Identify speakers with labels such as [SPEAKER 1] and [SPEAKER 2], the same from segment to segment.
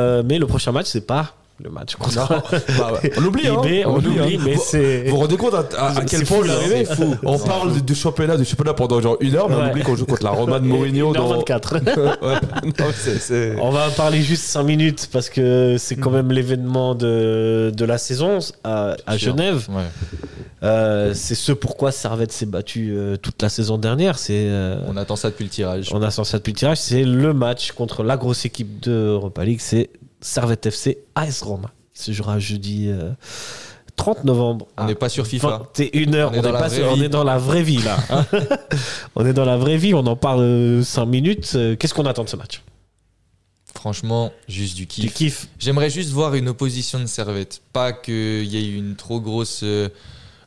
[SPEAKER 1] Euh, mais le prochain match, c'est pas le match contre
[SPEAKER 2] Non, bah ouais. on oublie, hein.
[SPEAKER 1] IB, Eh ben, on
[SPEAKER 2] oublie,
[SPEAKER 1] oublie,
[SPEAKER 2] hein.
[SPEAKER 1] mais
[SPEAKER 2] Vous-
[SPEAKER 1] c'est-
[SPEAKER 2] Vous vous rendez compte à, à- à
[SPEAKER 1] C'est
[SPEAKER 2] quel
[SPEAKER 1] fou,
[SPEAKER 2] point on est
[SPEAKER 1] là,
[SPEAKER 2] arrivé
[SPEAKER 1] c'est fou.
[SPEAKER 2] On parle de- du championnat, du championnat pendant genre une heure, mais on
[SPEAKER 1] Ouais.
[SPEAKER 2] oublie qu'on joue contre la Roma de Mourinho
[SPEAKER 1] Dans
[SPEAKER 2] dans.
[SPEAKER 1] 24.
[SPEAKER 2] ouais, non, c'est- c'est-
[SPEAKER 1] On va parler juste 5 minutes parce que c'est
[SPEAKER 3] Hmm.
[SPEAKER 1] quand même l'événement de, de la saison à, à
[SPEAKER 3] Sûr.
[SPEAKER 1] Genève.
[SPEAKER 3] Ouais.
[SPEAKER 1] Euh, c'est ce pourquoi Servette s'est battu euh, toute la saison dernière. C'est euh,
[SPEAKER 3] On attend ça depuis le tirage.
[SPEAKER 1] on a senti ça depuis le tirage. C'est le match contre la grosse équipe de Europa League. C'est Servette FC AS Roma. Il se jouera jeudi euh, 30 novembre.
[SPEAKER 3] On n'est pas sur FIFA.
[SPEAKER 1] 21h,
[SPEAKER 3] hein.
[SPEAKER 1] on
[SPEAKER 3] On est
[SPEAKER 1] est,
[SPEAKER 3] dans la
[SPEAKER 1] pas
[SPEAKER 3] vraie
[SPEAKER 1] sur- on
[SPEAKER 3] vie.
[SPEAKER 1] est dans la vraie vie là. on est dans la vraie vie, on en parle 5 minutes. Euh, Qu'est-ce qu'on attend de ce match
[SPEAKER 3] Franchement, juste du
[SPEAKER 1] Tu
[SPEAKER 3] kiff.
[SPEAKER 1] kiffes
[SPEAKER 3] J'aimerais juste voir une opposition de Servette. Pas qu'il y ait eu une trop grosse, euh,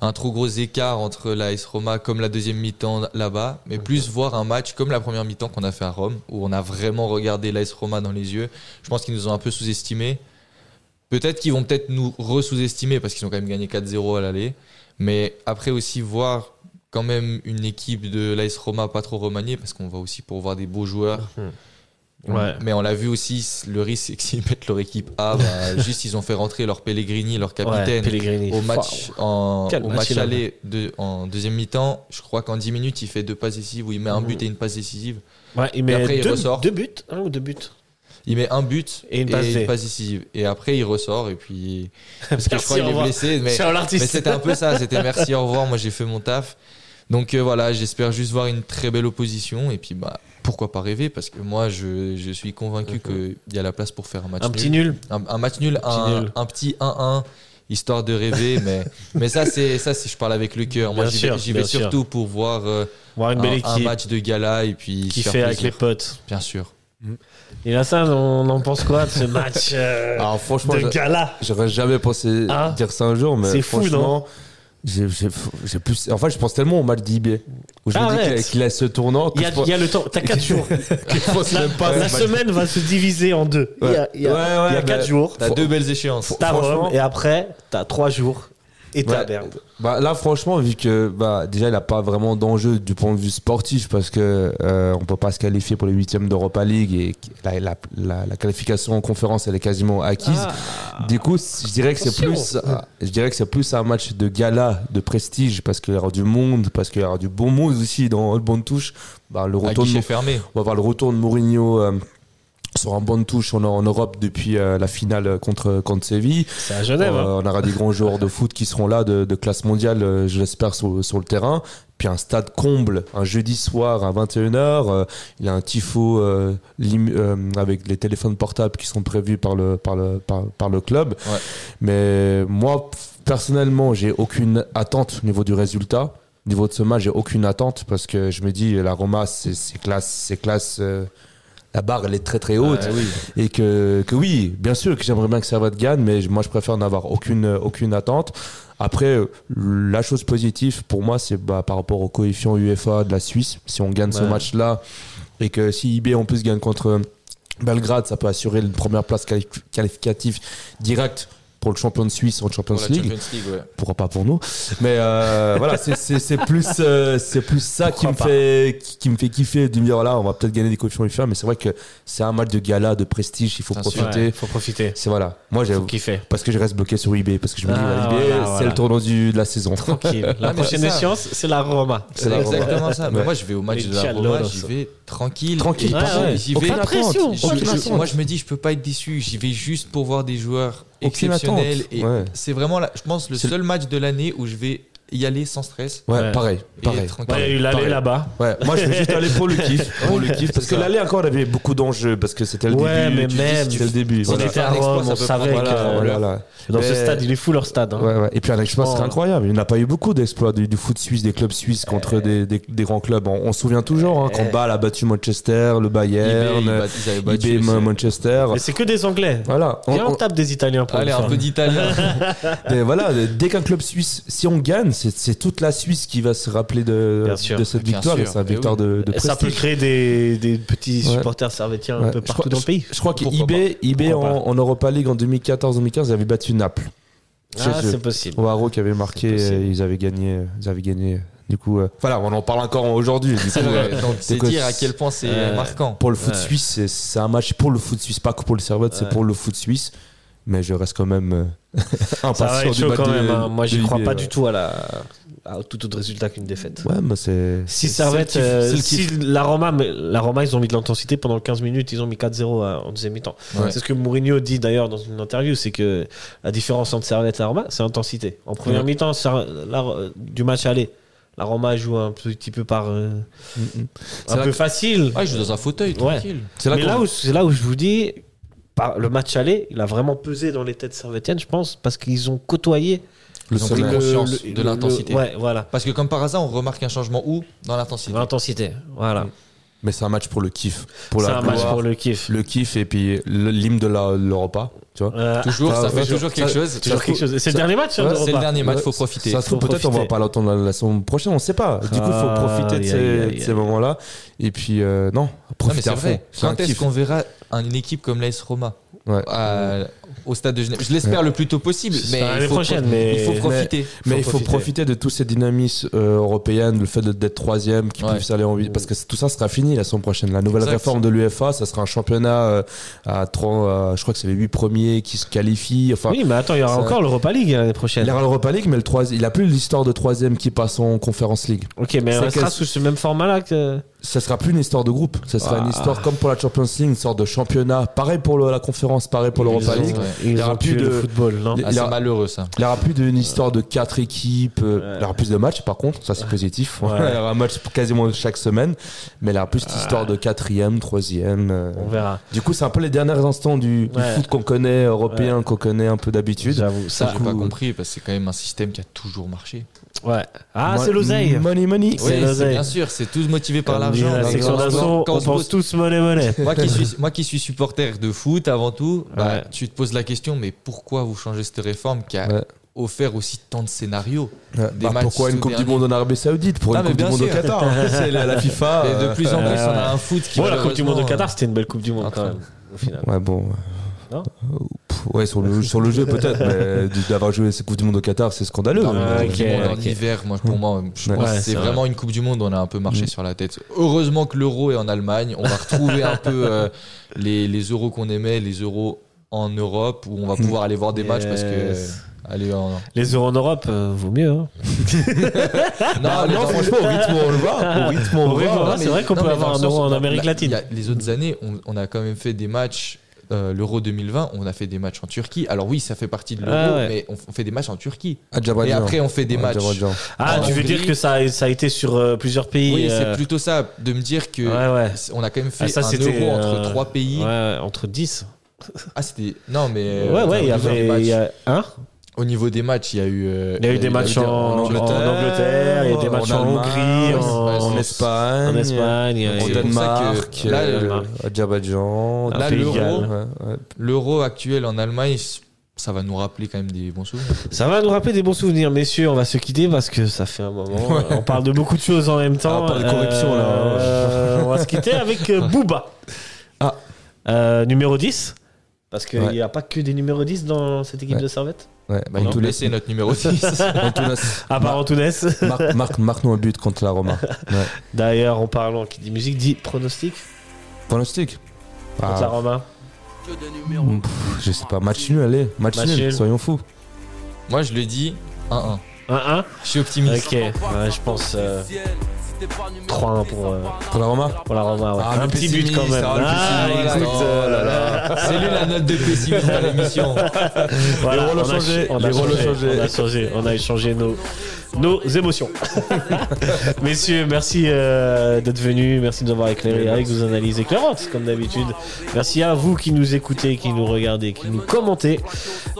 [SPEAKER 3] un trop gros écart entre la S Roma comme la deuxième mi-temps là-bas, mais plus voir un match comme la première mi-temps qu'on a fait à Rome, où on a vraiment regardé la S Roma dans les yeux. Je pense qu'ils nous ont un peu sous-estimés. Peut-être qu'ils vont peut-être nous re-sous-estimer parce qu'ils ont quand même gagné 4-0 à l'aller. Mais après aussi voir quand même une équipe de l'AS Roma pas trop remaniée parce qu'on va aussi pour voir des beaux joueurs.
[SPEAKER 1] Mhm. Ouais.
[SPEAKER 3] Mais on l'a vu aussi, le risque c'est que s'ils mettent leur équipe A, bah, juste ils ont fait rentrer leur Pellegrini, leur
[SPEAKER 1] Ouais,
[SPEAKER 3] capitaine.
[SPEAKER 1] Pellegrini.
[SPEAKER 3] au match, en,
[SPEAKER 1] Quel
[SPEAKER 3] au
[SPEAKER 1] match
[SPEAKER 3] match
[SPEAKER 1] il a
[SPEAKER 3] aller de, en deuxième mi-temps, je crois qu'en 10 minutes il fait deux passes décisives ou il met un but et une passe décisive.
[SPEAKER 1] Ouais, il met
[SPEAKER 3] après, il
[SPEAKER 1] deux,
[SPEAKER 3] ressort.
[SPEAKER 1] deux buts, un ou deux buts.
[SPEAKER 3] Il met un but
[SPEAKER 1] Et une passe D.
[SPEAKER 3] décisive. Et après il ressort et puis. Parce que je
[SPEAKER 1] Merci,
[SPEAKER 3] crois qu'il
[SPEAKER 1] au
[SPEAKER 3] est
[SPEAKER 1] revoir.
[SPEAKER 3] blessé. Mais,
[SPEAKER 1] Ciao
[SPEAKER 3] mais
[SPEAKER 1] l'artiste.
[SPEAKER 3] c'était un peu ça, c'était merci, au revoir, moi j'ai fait mon taf. Donc euh, voilà, j'espère juste voir une très belle opposition et puis bah pourquoi pas rêver parce que moi je, je suis convaincu qu'il y a la place pour faire un match
[SPEAKER 1] un
[SPEAKER 3] nul.
[SPEAKER 1] petit nul.
[SPEAKER 3] Un, un match nul,
[SPEAKER 1] petit
[SPEAKER 3] un,
[SPEAKER 1] nul.
[SPEAKER 3] un petit 1-1 histoire de rêver mais mais ça c'est ça c'est je parle avec le cœur. Moi
[SPEAKER 1] Bien
[SPEAKER 3] j'y vais,
[SPEAKER 1] sûr,
[SPEAKER 3] j'y vais
[SPEAKER 1] bien sûr.
[SPEAKER 3] surtout pour voir euh,
[SPEAKER 1] Voir une
[SPEAKER 3] un,
[SPEAKER 1] belle
[SPEAKER 3] un
[SPEAKER 1] équipe
[SPEAKER 3] match de gala et puis
[SPEAKER 1] qui
[SPEAKER 3] se faire
[SPEAKER 1] fait avec les
[SPEAKER 3] plaisir.
[SPEAKER 1] potes.
[SPEAKER 3] bien sûr.
[SPEAKER 1] Et là, ça, on en pense quoi de ce match euh,
[SPEAKER 3] Ah,
[SPEAKER 2] Alors, Ah, franchement,
[SPEAKER 1] de
[SPEAKER 2] j'a-
[SPEAKER 1] gala
[SPEAKER 2] j'aurais jamais pensé
[SPEAKER 1] Ah.
[SPEAKER 2] dire ça un jour, mais
[SPEAKER 1] C'est fou,
[SPEAKER 2] franchement. j'ai- j'ai- j'ai plus... En fait, je pense tellement au match d'IB. Où je
[SPEAKER 1] Ah,
[SPEAKER 2] me dis
[SPEAKER 1] Arrête.
[SPEAKER 2] qu'il a- qu'il a ce tournant. que
[SPEAKER 1] Il y, a,
[SPEAKER 2] je pense-
[SPEAKER 1] il y a le temps, t'as 4 jours.
[SPEAKER 2] je pense
[SPEAKER 1] La,
[SPEAKER 2] même pas à
[SPEAKER 1] la
[SPEAKER 2] ce match.
[SPEAKER 1] semaine va se diviser en deux. Il y a- il y a,
[SPEAKER 2] Ouais, ouais,
[SPEAKER 1] il y a
[SPEAKER 2] mais-
[SPEAKER 1] quatre jours,
[SPEAKER 3] T'as
[SPEAKER 2] Faut-
[SPEAKER 3] deux belles échéances.
[SPEAKER 1] t'as
[SPEAKER 2] franchement-
[SPEAKER 1] Rome, et après, t'as trois jours, et t'as
[SPEAKER 2] Ouais.
[SPEAKER 1] Berne.
[SPEAKER 2] Bah, là, franchement, vu que bah, déjà, il n'a pas vraiment d'enjeu du point de vue sportif parce que euh, on peut pas se qualifier pour les huitièmes d'Europa League et la, la- la- la qualification en conférence, elle est quasiment acquise. Du coup, c- je dirais que c'est plus,
[SPEAKER 1] Ah. Attention.
[SPEAKER 2] ah, je dirais que c'est plus un match de gala, de prestige, parce qu'il y aura du monde, parce qu'il y aura du bon monde aussi dans le bon de touche. Bah, le
[SPEAKER 3] À
[SPEAKER 2] retour de
[SPEAKER 3] guichet fermé.
[SPEAKER 2] on va voir le retour de Mourinho euh, sur un banc de touche en, en Europe depuis euh, la finale contre, contre Séville.
[SPEAKER 1] C'est à Genève. hein.
[SPEAKER 2] Euh, on aura des grands joueurs de foot qui seront là de, de classe mondiale, euh, je l'espère, sur, sur le terrain. Puis un stade comble, un jeudi soir à 21h. euh, il y a un tifo euh, lim- euh, avec les téléphones portables qui sont prévus par le, par le, par, par le club.
[SPEAKER 3] Ouais.
[SPEAKER 2] Mais moi, personnellement, j'ai aucune attente au niveau du résultat. Au niveau de ce match, j'ai aucune attente parce que je me dis, la Roma, c'est c'est classe. C'est classe euh, la barre, elle est très très haute.
[SPEAKER 3] Ah oui.
[SPEAKER 2] Et que, que oui, bien sûr que j'aimerais bien que Servette gagne, mais je- moi je préfère n'avoir aucune, euh, aucune attente. Après, euh, la chose positive pour moi, c'est bah, par rapport au coefficient UEFA de la Suisse. Si on gagne ce
[SPEAKER 1] Ouais.
[SPEAKER 2] match-là et que si IB en plus gagne contre euh, Belgrade, ça peut assurer une première place quali- qualificative directe pour le champion de Suisse en Champions
[SPEAKER 3] Pour la
[SPEAKER 2] League.
[SPEAKER 3] Champions League, ouais.
[SPEAKER 2] Pourquoi pas pour nous Mais euh, voilà, c'est- c'est c'est plus, euh, c'est plus ça qui me,
[SPEAKER 1] Pourquoi
[SPEAKER 2] fait, qui, qui me fait kiffer de me dire là, on va peut-être gagner des coefficients UEFA, mais c'est vrai que c'est un match de gala, de prestige, il faut
[SPEAKER 3] Bien sûr.
[SPEAKER 2] profiter.
[SPEAKER 1] Ouais, faut profiter.
[SPEAKER 2] C'est voilà. Moi, j'ai
[SPEAKER 1] Faut kiffer.
[SPEAKER 2] parce que je reste bloqué sur eBay parce que je me dis
[SPEAKER 1] Ah,
[SPEAKER 2] voilà,
[SPEAKER 1] voilà,
[SPEAKER 2] eBay, c'est
[SPEAKER 1] voilà.
[SPEAKER 2] le tournant du, de la saison.
[SPEAKER 1] Tranquille. La
[SPEAKER 3] mais c'est
[SPEAKER 1] prochaine
[SPEAKER 3] ça.
[SPEAKER 1] échéance, c'est la Roma.
[SPEAKER 2] C'est
[SPEAKER 3] C'est
[SPEAKER 2] la Roma.
[SPEAKER 3] exactement ça. Mais
[SPEAKER 2] Ouais.
[SPEAKER 3] moi, je vais au match
[SPEAKER 1] Les
[SPEAKER 3] de la
[SPEAKER 1] Giallo,
[SPEAKER 3] Roma,
[SPEAKER 1] là,
[SPEAKER 3] j'y
[SPEAKER 1] ça.
[SPEAKER 3] vais tranquille.
[SPEAKER 2] Tranquille,
[SPEAKER 3] Et
[SPEAKER 1] Ouais,
[SPEAKER 2] par
[SPEAKER 3] j'y-
[SPEAKER 1] ouais.
[SPEAKER 2] contre.
[SPEAKER 3] j'y
[SPEAKER 2] Aucune
[SPEAKER 3] vais.
[SPEAKER 1] Pas de
[SPEAKER 2] attente.
[SPEAKER 1] pression,
[SPEAKER 3] Je-
[SPEAKER 2] Aucune
[SPEAKER 3] je-
[SPEAKER 2] attente.
[SPEAKER 3] moi, je me dis, je peux pas être déçu. J'y vais juste pour voir des joueurs
[SPEAKER 2] Aucune
[SPEAKER 3] exceptionnels.
[SPEAKER 2] attente.
[SPEAKER 3] Et
[SPEAKER 2] Ouais.
[SPEAKER 3] c'est vraiment, là, je pense, le
[SPEAKER 2] C'est-
[SPEAKER 3] seul match de l'année où je vais y aller sans stress.
[SPEAKER 2] Ouais,
[SPEAKER 1] Ouais.
[SPEAKER 2] pareil,
[SPEAKER 3] Et
[SPEAKER 2] pareil.
[SPEAKER 3] tranquille.
[SPEAKER 1] Ouais, il y a eu l'aller
[SPEAKER 2] Pareil.
[SPEAKER 1] là-bas.
[SPEAKER 2] Ouais, moi je vais juste aller pour le kiff, pour le kiff, parce que
[SPEAKER 3] ça.
[SPEAKER 2] l'aller encore, on avait beaucoup d'enjeux, parce que c'était le
[SPEAKER 1] Ouais,
[SPEAKER 2] début.
[SPEAKER 1] mais
[SPEAKER 2] tu dis,
[SPEAKER 1] même,
[SPEAKER 2] c'était le début.
[SPEAKER 1] on
[SPEAKER 2] voilà. Ah,
[SPEAKER 1] était à
[SPEAKER 3] Faire un exploit,
[SPEAKER 1] Rome,
[SPEAKER 3] ça
[SPEAKER 1] on
[SPEAKER 3] peut
[SPEAKER 1] savait
[SPEAKER 3] prendre-
[SPEAKER 1] que- euh,
[SPEAKER 2] Voilà, voilà, voilà.
[SPEAKER 1] Dans
[SPEAKER 2] Mais-
[SPEAKER 1] ce stade, il est fou leur stade. hein.
[SPEAKER 2] Ouais, ouais. Et puis un exploit,
[SPEAKER 1] Franchement,
[SPEAKER 2] c'est
[SPEAKER 1] euh,
[SPEAKER 2] incroyable. Il n'y en a pas eu beaucoup d'exploits du, du foot suisse, des clubs suisses contre des, des- des grands clubs. On, on se souvient toujours hein, quand Bâle a battu Manchester, le
[SPEAKER 3] Ils
[SPEAKER 2] Bayern,
[SPEAKER 3] bat- ils avaient
[SPEAKER 2] IB,
[SPEAKER 3] battu aussi.
[SPEAKER 2] Manchester.
[SPEAKER 1] Mais c'est que des Anglais.
[SPEAKER 2] Voilà, on-
[SPEAKER 1] Viens, on,
[SPEAKER 2] on-
[SPEAKER 1] tape des Italiens pour
[SPEAKER 3] Allez,
[SPEAKER 1] une
[SPEAKER 3] un
[SPEAKER 1] fois.
[SPEAKER 3] peu hein. d'italien.
[SPEAKER 2] Mais voilà, dès qu'un club suisse, si on gagne, c'est c'est toute la Suisse qui va se rappeler de,
[SPEAKER 1] Bien sûr.
[SPEAKER 2] de cette
[SPEAKER 3] Bien
[SPEAKER 2] victoire.
[SPEAKER 3] sûr.
[SPEAKER 2] et C'est une
[SPEAKER 3] Eh oui.
[SPEAKER 2] victoire de, de
[SPEAKER 1] Et Ça peut
[SPEAKER 2] prestige.
[SPEAKER 1] créer des, des petits
[SPEAKER 2] Ouais.
[SPEAKER 1] supporters servétiens
[SPEAKER 2] Ouais.
[SPEAKER 1] un peu
[SPEAKER 2] Je
[SPEAKER 1] partout
[SPEAKER 2] crois-
[SPEAKER 1] dans le pays.
[SPEAKER 2] Je crois que
[SPEAKER 3] Pourquoi
[SPEAKER 2] IB, IB en,
[SPEAKER 1] Pourquoi
[SPEAKER 2] en Europa League en 2014-2015, ils avaient battu Naples.
[SPEAKER 1] Ah,
[SPEAKER 2] Je-
[SPEAKER 1] c'est possible.
[SPEAKER 2] Oaro qui avait marqué,
[SPEAKER 1] possible.
[SPEAKER 2] euh, ils avaient gagné, ils avaient gagné Du coup, euh, voilà, on en parle encore aujourd'hui. Du
[SPEAKER 3] C'est
[SPEAKER 2] coup,
[SPEAKER 3] vrai.
[SPEAKER 2] euh,
[SPEAKER 3] Donc, c'est
[SPEAKER 2] donc, euh,
[SPEAKER 3] dire à quel point c'est
[SPEAKER 1] euh,
[SPEAKER 3] marquant.
[SPEAKER 2] pour le foot
[SPEAKER 1] Ouais.
[SPEAKER 2] suisse, c'est- c'est un match pour le foot suisse, pas que pour le Servette, c'est
[SPEAKER 1] Ouais.
[SPEAKER 2] pour le foot suisse. Mais je reste quand même euh,
[SPEAKER 1] Ça va
[SPEAKER 2] impatient
[SPEAKER 1] être
[SPEAKER 2] du
[SPEAKER 1] chaud
[SPEAKER 2] match
[SPEAKER 1] quand
[SPEAKER 2] de-
[SPEAKER 1] même. hein. Moi,
[SPEAKER 2] de
[SPEAKER 1] j'y crois
[SPEAKER 2] l'idée,
[SPEAKER 1] pas
[SPEAKER 2] ouais.
[SPEAKER 1] du tout à, la, à tout autre résultat qu'une défaite.
[SPEAKER 2] Ouais, mais c'est.
[SPEAKER 1] Si
[SPEAKER 2] c'est-
[SPEAKER 1] Servette,
[SPEAKER 2] c'est le kiff,
[SPEAKER 1] euh,
[SPEAKER 2] c'est le
[SPEAKER 1] si
[SPEAKER 2] kiff.
[SPEAKER 1] la Roma, mais la Roma, ils ont mis de l'intensité pendant 15 minutes, ils ont mis 4-0 à- en deuxième mi-temps.
[SPEAKER 3] Ouais.
[SPEAKER 1] C'est ce que Mourinho dit d'ailleurs dans une interview, c'est que la différence entre Servette et la Roma, c'est l'intensité. En première
[SPEAKER 2] Ouais.
[SPEAKER 1] mi-temps, Ser- la- euh, du match aller, la Roma joue un petit peu par euh,
[SPEAKER 2] Mm, mm.
[SPEAKER 1] un
[SPEAKER 3] vrai
[SPEAKER 1] peu facile.
[SPEAKER 3] Ah, il joue dans un fauteuil, tranquille.
[SPEAKER 2] C'est là
[SPEAKER 1] mais
[SPEAKER 2] qu'on-
[SPEAKER 1] là où, c'est là où je vous dis, par, le match aller, il a vraiment pesé dans les têtes servétiennes, je pense, parce qu'ils ont côtoyé
[SPEAKER 2] le
[SPEAKER 3] Ils ont pris
[SPEAKER 2] sommet.
[SPEAKER 3] conscience
[SPEAKER 1] le-
[SPEAKER 3] de
[SPEAKER 1] le-
[SPEAKER 3] l'intensité.
[SPEAKER 1] le- Ouais, voilà.
[SPEAKER 3] Parce que comme par hasard, on remarque un changement où Dans l'intensité.
[SPEAKER 1] L'intensité, voilà.
[SPEAKER 2] Mais c'est un match pour le kiff. Pour
[SPEAKER 1] C'est
[SPEAKER 2] la
[SPEAKER 1] un match
[SPEAKER 2] gloire,
[SPEAKER 1] pour le kiff.
[SPEAKER 2] le kiff et puis le- l'hymne de la- l'Europa, tu vois.
[SPEAKER 1] Euh,
[SPEAKER 3] Toujours,
[SPEAKER 2] Ah,
[SPEAKER 3] ça
[SPEAKER 2] ouais,
[SPEAKER 3] fait
[SPEAKER 2] ça-
[SPEAKER 3] toujours quelque
[SPEAKER 2] ça-
[SPEAKER 3] chose.
[SPEAKER 1] toujours quelque chose. C'est le
[SPEAKER 2] ça-
[SPEAKER 1] dernier match hein,
[SPEAKER 2] ouais,
[SPEAKER 1] de
[SPEAKER 3] C'est le
[SPEAKER 1] Repas.
[SPEAKER 3] dernier match,
[SPEAKER 2] Ouais,
[SPEAKER 3] faut profiter.
[SPEAKER 2] Ça se trouve,
[SPEAKER 1] Faut
[SPEAKER 2] peut-être on va
[SPEAKER 1] profiter.
[SPEAKER 2] pas l'entendre la, la semaine prochaine, on sait pas. Du coup, il faut
[SPEAKER 1] Ah,
[SPEAKER 2] profiter de
[SPEAKER 1] aïe,
[SPEAKER 2] ces,
[SPEAKER 1] aïe, aïe,
[SPEAKER 2] de
[SPEAKER 1] aïe.
[SPEAKER 2] ces moments-là. Et puis, euh, non,
[SPEAKER 3] Non, mais
[SPEAKER 2] profiter
[SPEAKER 3] c'est
[SPEAKER 2] à fond.
[SPEAKER 3] vrai.
[SPEAKER 2] C'est un
[SPEAKER 3] Quand est-ce
[SPEAKER 2] kiff.
[SPEAKER 3] qu'on verra un- une équipe comme l'AS Roma
[SPEAKER 2] Ouais.
[SPEAKER 3] à- au stade de Genève Je l'espère le plus tôt possible,
[SPEAKER 1] Ce
[SPEAKER 3] mais
[SPEAKER 1] sera l'année
[SPEAKER 3] il faut,
[SPEAKER 1] prochaine,
[SPEAKER 3] pro-
[SPEAKER 1] mais-
[SPEAKER 3] il faut profiter.
[SPEAKER 2] Mais il
[SPEAKER 1] Faut
[SPEAKER 2] faut
[SPEAKER 1] profiter.
[SPEAKER 2] profiter de toutes ces dynamismes euh, européennes, le fait de- d'être troisième, qui
[SPEAKER 3] Ouais.
[SPEAKER 2] puisse aller en huit- parce que c- tout ça sera fini la semaine prochaine. La nouvelle
[SPEAKER 3] Exact.
[SPEAKER 2] réforme de l'UEFA, ça sera un championnat euh, à trois, euh, je crois que c'est les huit premiers qui se qualifient. Enfin,
[SPEAKER 1] Oui, mais attends, il y aura
[SPEAKER 2] ça-
[SPEAKER 1] encore l'Europa League hein, l'année prochaine.
[SPEAKER 2] il aura l'Europa League, mais le trois- il a plus l'histoire de troisième qui passe en Conférence League.
[SPEAKER 1] Ok, mais
[SPEAKER 2] Ça
[SPEAKER 1] on restera
[SPEAKER 2] casse-
[SPEAKER 1] sous ce même format-là que.
[SPEAKER 2] Ça sera plus une histoire de groupe, ça sera
[SPEAKER 1] Ah.
[SPEAKER 2] une histoire comme pour la Champions League, une sorte de championnat. Pareil pour le- la conférence, pareil pour l'Europa
[SPEAKER 3] ont-
[SPEAKER 2] League.
[SPEAKER 3] ouais.
[SPEAKER 1] Ils
[SPEAKER 2] Il y
[SPEAKER 1] ont
[SPEAKER 2] aura plus
[SPEAKER 1] tué le
[SPEAKER 2] de-
[SPEAKER 1] football, non
[SPEAKER 2] les-
[SPEAKER 3] Ah,
[SPEAKER 2] Il
[SPEAKER 3] c'est
[SPEAKER 2] a-
[SPEAKER 3] malheureux ça.
[SPEAKER 2] Il y aura plus d'une histoire de quatre équipes, euh,
[SPEAKER 1] Ouais.
[SPEAKER 2] il y aura plus de matchs par contre, ça c'est positif.
[SPEAKER 1] Ouais.
[SPEAKER 2] Il y aura un match quasiment chaque semaine, mais il y aura plus cette histoire de quatrième, troisième. euh.
[SPEAKER 1] On verra.
[SPEAKER 2] Du coup, c'est un peu les derniers instants du, du
[SPEAKER 1] Ouais.
[SPEAKER 2] foot qu'on connaît, européen, qu'on connaît un peu d'habitude.
[SPEAKER 1] J'avoue,
[SPEAKER 3] Ça,
[SPEAKER 1] ça.
[SPEAKER 3] j'ai
[SPEAKER 2] coup,
[SPEAKER 3] pas
[SPEAKER 2] euh,
[SPEAKER 3] compris parce que c'est quand même un système qui a toujours marché.
[SPEAKER 1] Ouais. Ah,
[SPEAKER 2] Mo-
[SPEAKER 1] c'est l'oseille.
[SPEAKER 2] Money, money.
[SPEAKER 1] C'est
[SPEAKER 3] Oui,
[SPEAKER 1] l'oseille.
[SPEAKER 3] bien sûr, c'est tous motivés par
[SPEAKER 1] Comme dit
[SPEAKER 3] l'argent.
[SPEAKER 1] La
[SPEAKER 2] l'argent,
[SPEAKER 1] section d'assaut,
[SPEAKER 3] Quand
[SPEAKER 1] on
[SPEAKER 3] on se pose-
[SPEAKER 1] pense tous monnaie, monnaie.
[SPEAKER 3] moi qui suis moi qui suis supporter de foot avant tout, bah,
[SPEAKER 1] Ouais.
[SPEAKER 3] tu te poses la question mais pourquoi vous changez cette réforme qui a
[SPEAKER 2] Ouais.
[SPEAKER 3] offert aussi tant de scénarios
[SPEAKER 2] Ouais.
[SPEAKER 3] Des
[SPEAKER 2] Bah,
[SPEAKER 3] matchs
[SPEAKER 2] pourquoi une
[SPEAKER 3] sous
[SPEAKER 2] Coupe du
[SPEAKER 3] dernier.
[SPEAKER 2] Monde en Arabie Saoudite Pour
[SPEAKER 3] Ah,
[SPEAKER 2] une
[SPEAKER 3] mais
[SPEAKER 2] Coupe du
[SPEAKER 3] bien
[SPEAKER 2] Monde au
[SPEAKER 3] sûr.
[SPEAKER 2] Qatar hein. C'est la, la FIFA.
[SPEAKER 3] et de
[SPEAKER 2] euh.
[SPEAKER 3] plus en
[SPEAKER 1] Ah,
[SPEAKER 3] plus
[SPEAKER 1] ouais,
[SPEAKER 3] on
[SPEAKER 1] ouais.
[SPEAKER 3] a un foot qui
[SPEAKER 1] Bon, la Coupe du Monde au
[SPEAKER 3] malheureusement,
[SPEAKER 1] Qatar, c'était une belle Coupe du Monde
[SPEAKER 3] Entre-
[SPEAKER 1] quand même, au final.
[SPEAKER 2] Ouais, bon.
[SPEAKER 1] Non
[SPEAKER 2] Euh, pff, Ouais, sur le, sur le jeu peut-être, mais euh, d'avoir joué cette Coupe du Monde au Qatar, c'est scandaleux. Euh,
[SPEAKER 3] Non,
[SPEAKER 1] Ah,
[SPEAKER 3] mais
[SPEAKER 1] ok,
[SPEAKER 3] Coupe du Monde en
[SPEAKER 1] ok.
[SPEAKER 3] hiver, moi, pour moi, je
[SPEAKER 2] Ouais,
[SPEAKER 3] pense que
[SPEAKER 1] c'est
[SPEAKER 3] c'est Mm.
[SPEAKER 1] vrai.
[SPEAKER 3] vraiment une Coupe du Monde, on a un peu marché sur la tête. Heureusement que l'euro est en Allemagne, on va retrouver un peu euh, les, les euros qu'on aimait, les euros en Europe, où on va pouvoir aller voir des matchs parce que.
[SPEAKER 1] Yes.
[SPEAKER 3] Allez, en- non,
[SPEAKER 1] Les euros en Europe, euh, vaut mieux. hein.
[SPEAKER 2] Ah,
[SPEAKER 3] mais Ah.
[SPEAKER 2] non,
[SPEAKER 3] dans-
[SPEAKER 2] franchement, au rythme où on le va, au rythme où on
[SPEAKER 1] Au
[SPEAKER 2] le
[SPEAKER 1] rythme où on
[SPEAKER 2] va,
[SPEAKER 1] va,
[SPEAKER 3] non,
[SPEAKER 1] c'est
[SPEAKER 3] mais-
[SPEAKER 1] vrai qu'on
[SPEAKER 3] non,
[SPEAKER 1] peut
[SPEAKER 3] mais
[SPEAKER 1] avoir
[SPEAKER 3] dans
[SPEAKER 1] un
[SPEAKER 3] le
[SPEAKER 1] euro
[SPEAKER 3] sens-
[SPEAKER 1] en
[SPEAKER 3] dans-
[SPEAKER 1] Amérique
[SPEAKER 3] la-
[SPEAKER 1] latine.
[SPEAKER 3] il y a- les autres années, on, on a quand même fait des matchs. euh, L'Euro 2020, on a fait des matchs en Turquie. Alors oui, ça fait partie de l'Euro,
[SPEAKER 1] Ah ouais.
[SPEAKER 3] mais on, f- on fait des matchs en Turquie.
[SPEAKER 2] Adjabadjan.
[SPEAKER 3] Et après, on fait des matchs.
[SPEAKER 2] Adjabadjan.
[SPEAKER 1] Ah,
[SPEAKER 3] en
[SPEAKER 1] tu veux
[SPEAKER 3] Hongrie.
[SPEAKER 1] dire que ça a, ça a été sur euh, plusieurs pays
[SPEAKER 3] Oui,
[SPEAKER 1] euh,
[SPEAKER 3] c'est plutôt ça, de me dire que
[SPEAKER 1] Ouais, ouais.
[SPEAKER 3] on a quand même fait
[SPEAKER 1] Ah, ça,
[SPEAKER 3] un
[SPEAKER 1] c'était,
[SPEAKER 3] Euro entre
[SPEAKER 1] euh,
[SPEAKER 3] trois pays.
[SPEAKER 1] Ouais, ouais, entre 10.
[SPEAKER 3] Ah, c'était. Non, mais. euh,
[SPEAKER 1] ouais, ouais, il y
[SPEAKER 3] au niveau des
[SPEAKER 1] avait.
[SPEAKER 3] matchs-
[SPEAKER 1] il y a- hein
[SPEAKER 3] Au niveau des matchs, il y a eu. euh,
[SPEAKER 1] Il y a eu des matchs en, en Angleterre, il y a eu des
[SPEAKER 2] en
[SPEAKER 1] matchs en Hongrie,
[SPEAKER 2] Allemagne,
[SPEAKER 1] en,
[SPEAKER 2] En
[SPEAKER 3] en
[SPEAKER 2] Espagne.
[SPEAKER 1] en
[SPEAKER 2] euh,
[SPEAKER 1] Espagne. il y a
[SPEAKER 2] Au
[SPEAKER 1] eu-
[SPEAKER 3] C'est pour ça que
[SPEAKER 2] Danemark.
[SPEAKER 3] là,
[SPEAKER 2] euh,
[SPEAKER 1] Danemark.
[SPEAKER 2] Adjabadjan.
[SPEAKER 1] Là,
[SPEAKER 2] le
[SPEAKER 1] l'euro.
[SPEAKER 2] Pays de Galles, ouais, ouais.
[SPEAKER 3] L'Euro actuel en Allemagne, ça va nous rappeler quand même des bons souvenirs.
[SPEAKER 1] Ça va nous rappeler des bons souvenirs, messieurs. On va se quitter parce que ça fait un moment. On parle de beaucoup de choses en même temps.
[SPEAKER 2] Ah, on parle de corruption, là, hein.
[SPEAKER 1] euh, on va se quitter avec euh, Booba.
[SPEAKER 2] Ah.
[SPEAKER 1] Euh, numéro 10. Parce qu'il
[SPEAKER 2] Ouais.
[SPEAKER 1] n'y a pas que des numéros 10 dans cette équipe
[SPEAKER 2] Ouais.
[SPEAKER 1] de servette.
[SPEAKER 2] Ouais,
[SPEAKER 3] Bah,
[SPEAKER 2] en
[SPEAKER 3] ils
[SPEAKER 2] tous
[SPEAKER 3] ont
[SPEAKER 2] les-
[SPEAKER 3] laissé notre numéro 6.
[SPEAKER 2] en tous les-
[SPEAKER 1] À part Antunes.
[SPEAKER 2] Marc- Marc- Marque-nous un but contre la Roma. Ouais.
[SPEAKER 1] D'ailleurs, en parlant qui dit musique, dit pronostic
[SPEAKER 2] Pronostic
[SPEAKER 1] contre la
[SPEAKER 2] Ah,
[SPEAKER 1] Roma.
[SPEAKER 2] pff, Je sais pas. Match nul, allez. Match
[SPEAKER 1] Match
[SPEAKER 2] nul,
[SPEAKER 1] nul.
[SPEAKER 2] soyons fous.
[SPEAKER 3] Moi, je le dis 1-1.
[SPEAKER 1] 1-1.
[SPEAKER 3] Je suis optimiste.
[SPEAKER 1] Ok, ouais, je pense euh, 3-1 pour, euh,
[SPEAKER 2] Pour la Roma
[SPEAKER 1] pour la Roma. ouais.
[SPEAKER 2] Ah,
[SPEAKER 1] un
[SPEAKER 2] le
[SPEAKER 1] petit but
[SPEAKER 2] pessimiste,
[SPEAKER 1] quand même.
[SPEAKER 2] ah, le pessimiste,
[SPEAKER 1] écoute,
[SPEAKER 3] oh
[SPEAKER 1] euh,
[SPEAKER 3] là C'est lui la note de pessimisme dans l'émission.
[SPEAKER 1] Voilà,
[SPEAKER 2] Les rôles ont
[SPEAKER 1] on a-
[SPEAKER 2] changé,
[SPEAKER 1] on a
[SPEAKER 2] les rôles ont
[SPEAKER 1] changé,
[SPEAKER 2] changé.
[SPEAKER 1] On a changé, on a échangé nos, nos émotions. Messieurs, merci euh, d'être venus, merci de nous avoir éclairés avec vos analyses éclairantes, comme d'habitude. Merci à vous qui nous écoutez, qui nous regardez, qui nous commentez.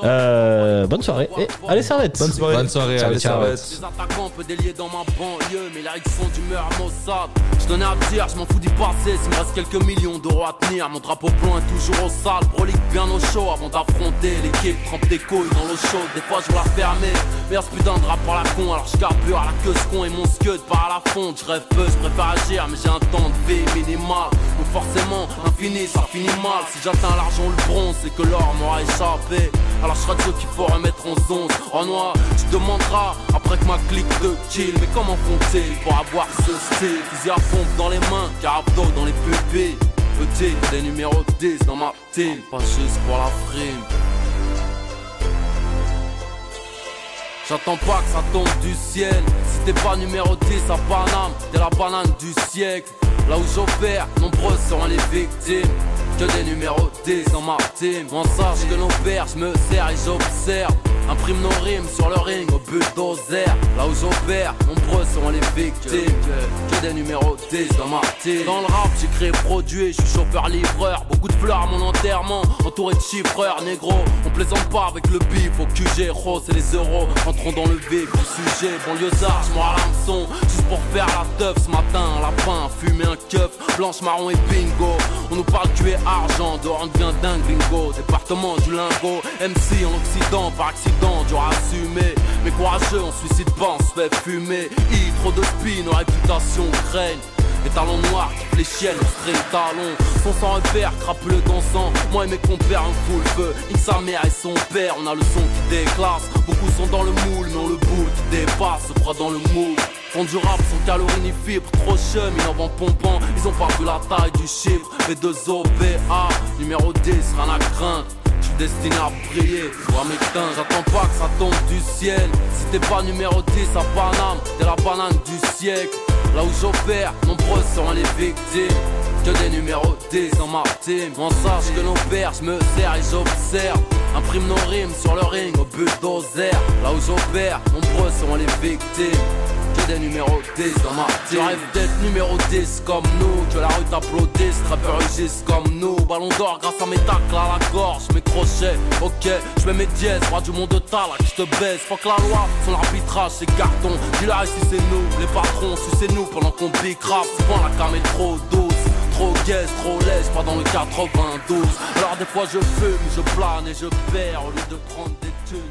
[SPEAKER 1] Euh, bonne soirée et allez, servette!
[SPEAKER 2] Bonne soirée.
[SPEAKER 3] Bonne soirée,
[SPEAKER 2] Ciao,
[SPEAKER 3] allez,
[SPEAKER 2] ciao.
[SPEAKER 3] Servette.
[SPEAKER 4] Les attaquants peu déliés dans ma banlieue, mais là ils font du meurtre Mossad. Je tenais à dire, je m'en fous du passé, s'il me reste quelques millions d'euros à tenir. Mon drapeau blanc est toujours au sale, brolique bien au chaud avant d'affronter l'équipe. Trempe tes couilles dans l'eau chaude, des fois je vois la fermer. Verse putain de rap par la con, alors peur, je carbure à la queue ce con et mon scud par la fonte, je rêve peu, je préfère agir mais j'ai un temps de vie minimal Donc forcément infini ça finit mal Si j'atteins l'argent ou le bronze c'est que l'or m'aura échappé Alors je serai de ceux qu'il faut remettre en zone En noir tu te demanderas après que ma clique de kill Mais comment font-ils pour avoir ce style Fusil à pompe dans les mains, carabdo dans les pupilles Petit des numéros 10 dans ma team Pas juste pour la frime J'attends pas que ça tombe du ciel. Si t'es pas numéro 10 à Paname, t'es la banane du siècle. Là où j'opère, nombreuses seront les victimes. Que des numéros 10 dans ma team. On sache que nos pères, je me sers et j'observe. Imprime nos rimes sur le ring au bulldozer. Là où j'opère, nombreux seront les victimes. Que des numéros 10 dans ma team. Dans le rap, j'ai créé produit, je suis chauffeur-livreur. Beaucoup de fleurs à mon enterrement, entouré de chiffreurs, négro. On plaisante pas avec le bif au QG, rose et les euros. Entrons dans le vif du sujet. Bon lieu d'art, je à l'hameçon. Juste pour faire la teuf ce matin. Un lapin, fumer un keuf, blanche, marron et bingo. On nous parle tuer argent, dehors on devient dingue, bingo. Département du lingot, MC en Occident, par accident dur à assumer. Mais courageux, on suicide pas, on se fait fumer. I, trop de spin, nos réputations craignent. Les talons noirs qui fléchiennent, on se les talons. Sont sans repère, crapuleux dansant. Moi et mes compères, on fout le feu. Nique sa mère et son père, on a le son qui déclasse. Beaucoup sont dans le moule, mais on le boule qui dépasse. Se prend dans le moule. Font du rap sans calories ni fibres, trop chum, innovant pompant. Ils ont pas vu la taille du chiffre. Les deux OBA, numéro 10, rien à craindre je suis destiné à briller. Voir mes j'attends pas que ça tombe du ciel. Si t'es pas numéro 10 à Paname, t'es la banane du siècle. Là où j'opère, nombreux seront les victimes. Que des numéros 10 dans ma team. On sache que nos pères, je me sers et j'observe. Imprime nos rimes sur le ring au bulldozer. Là où j'opère, nombreux seront les victimes. Que des numéros 10 dans ma team. J'arrive d'être numéro 10 comme nous. Que la rue t'applaudisse, trappeur rugisse comme nous. Ballon d'or grâce à mes tacles à la gorge, mes crochets. Ok, je mets mes dièses, roi du monde de ta là que je te baisse. Faut que la loi, son arbitrage, c'est carton. Dis-la si c'est nous, les patrons, c'est nous pendant qu'on bicrape. Souvent la cam est trop douce. Trop gaise, trop laisse, pas dans le 92 Alors des fois je fume, je plane et je perds Au lieu de prendre des thunes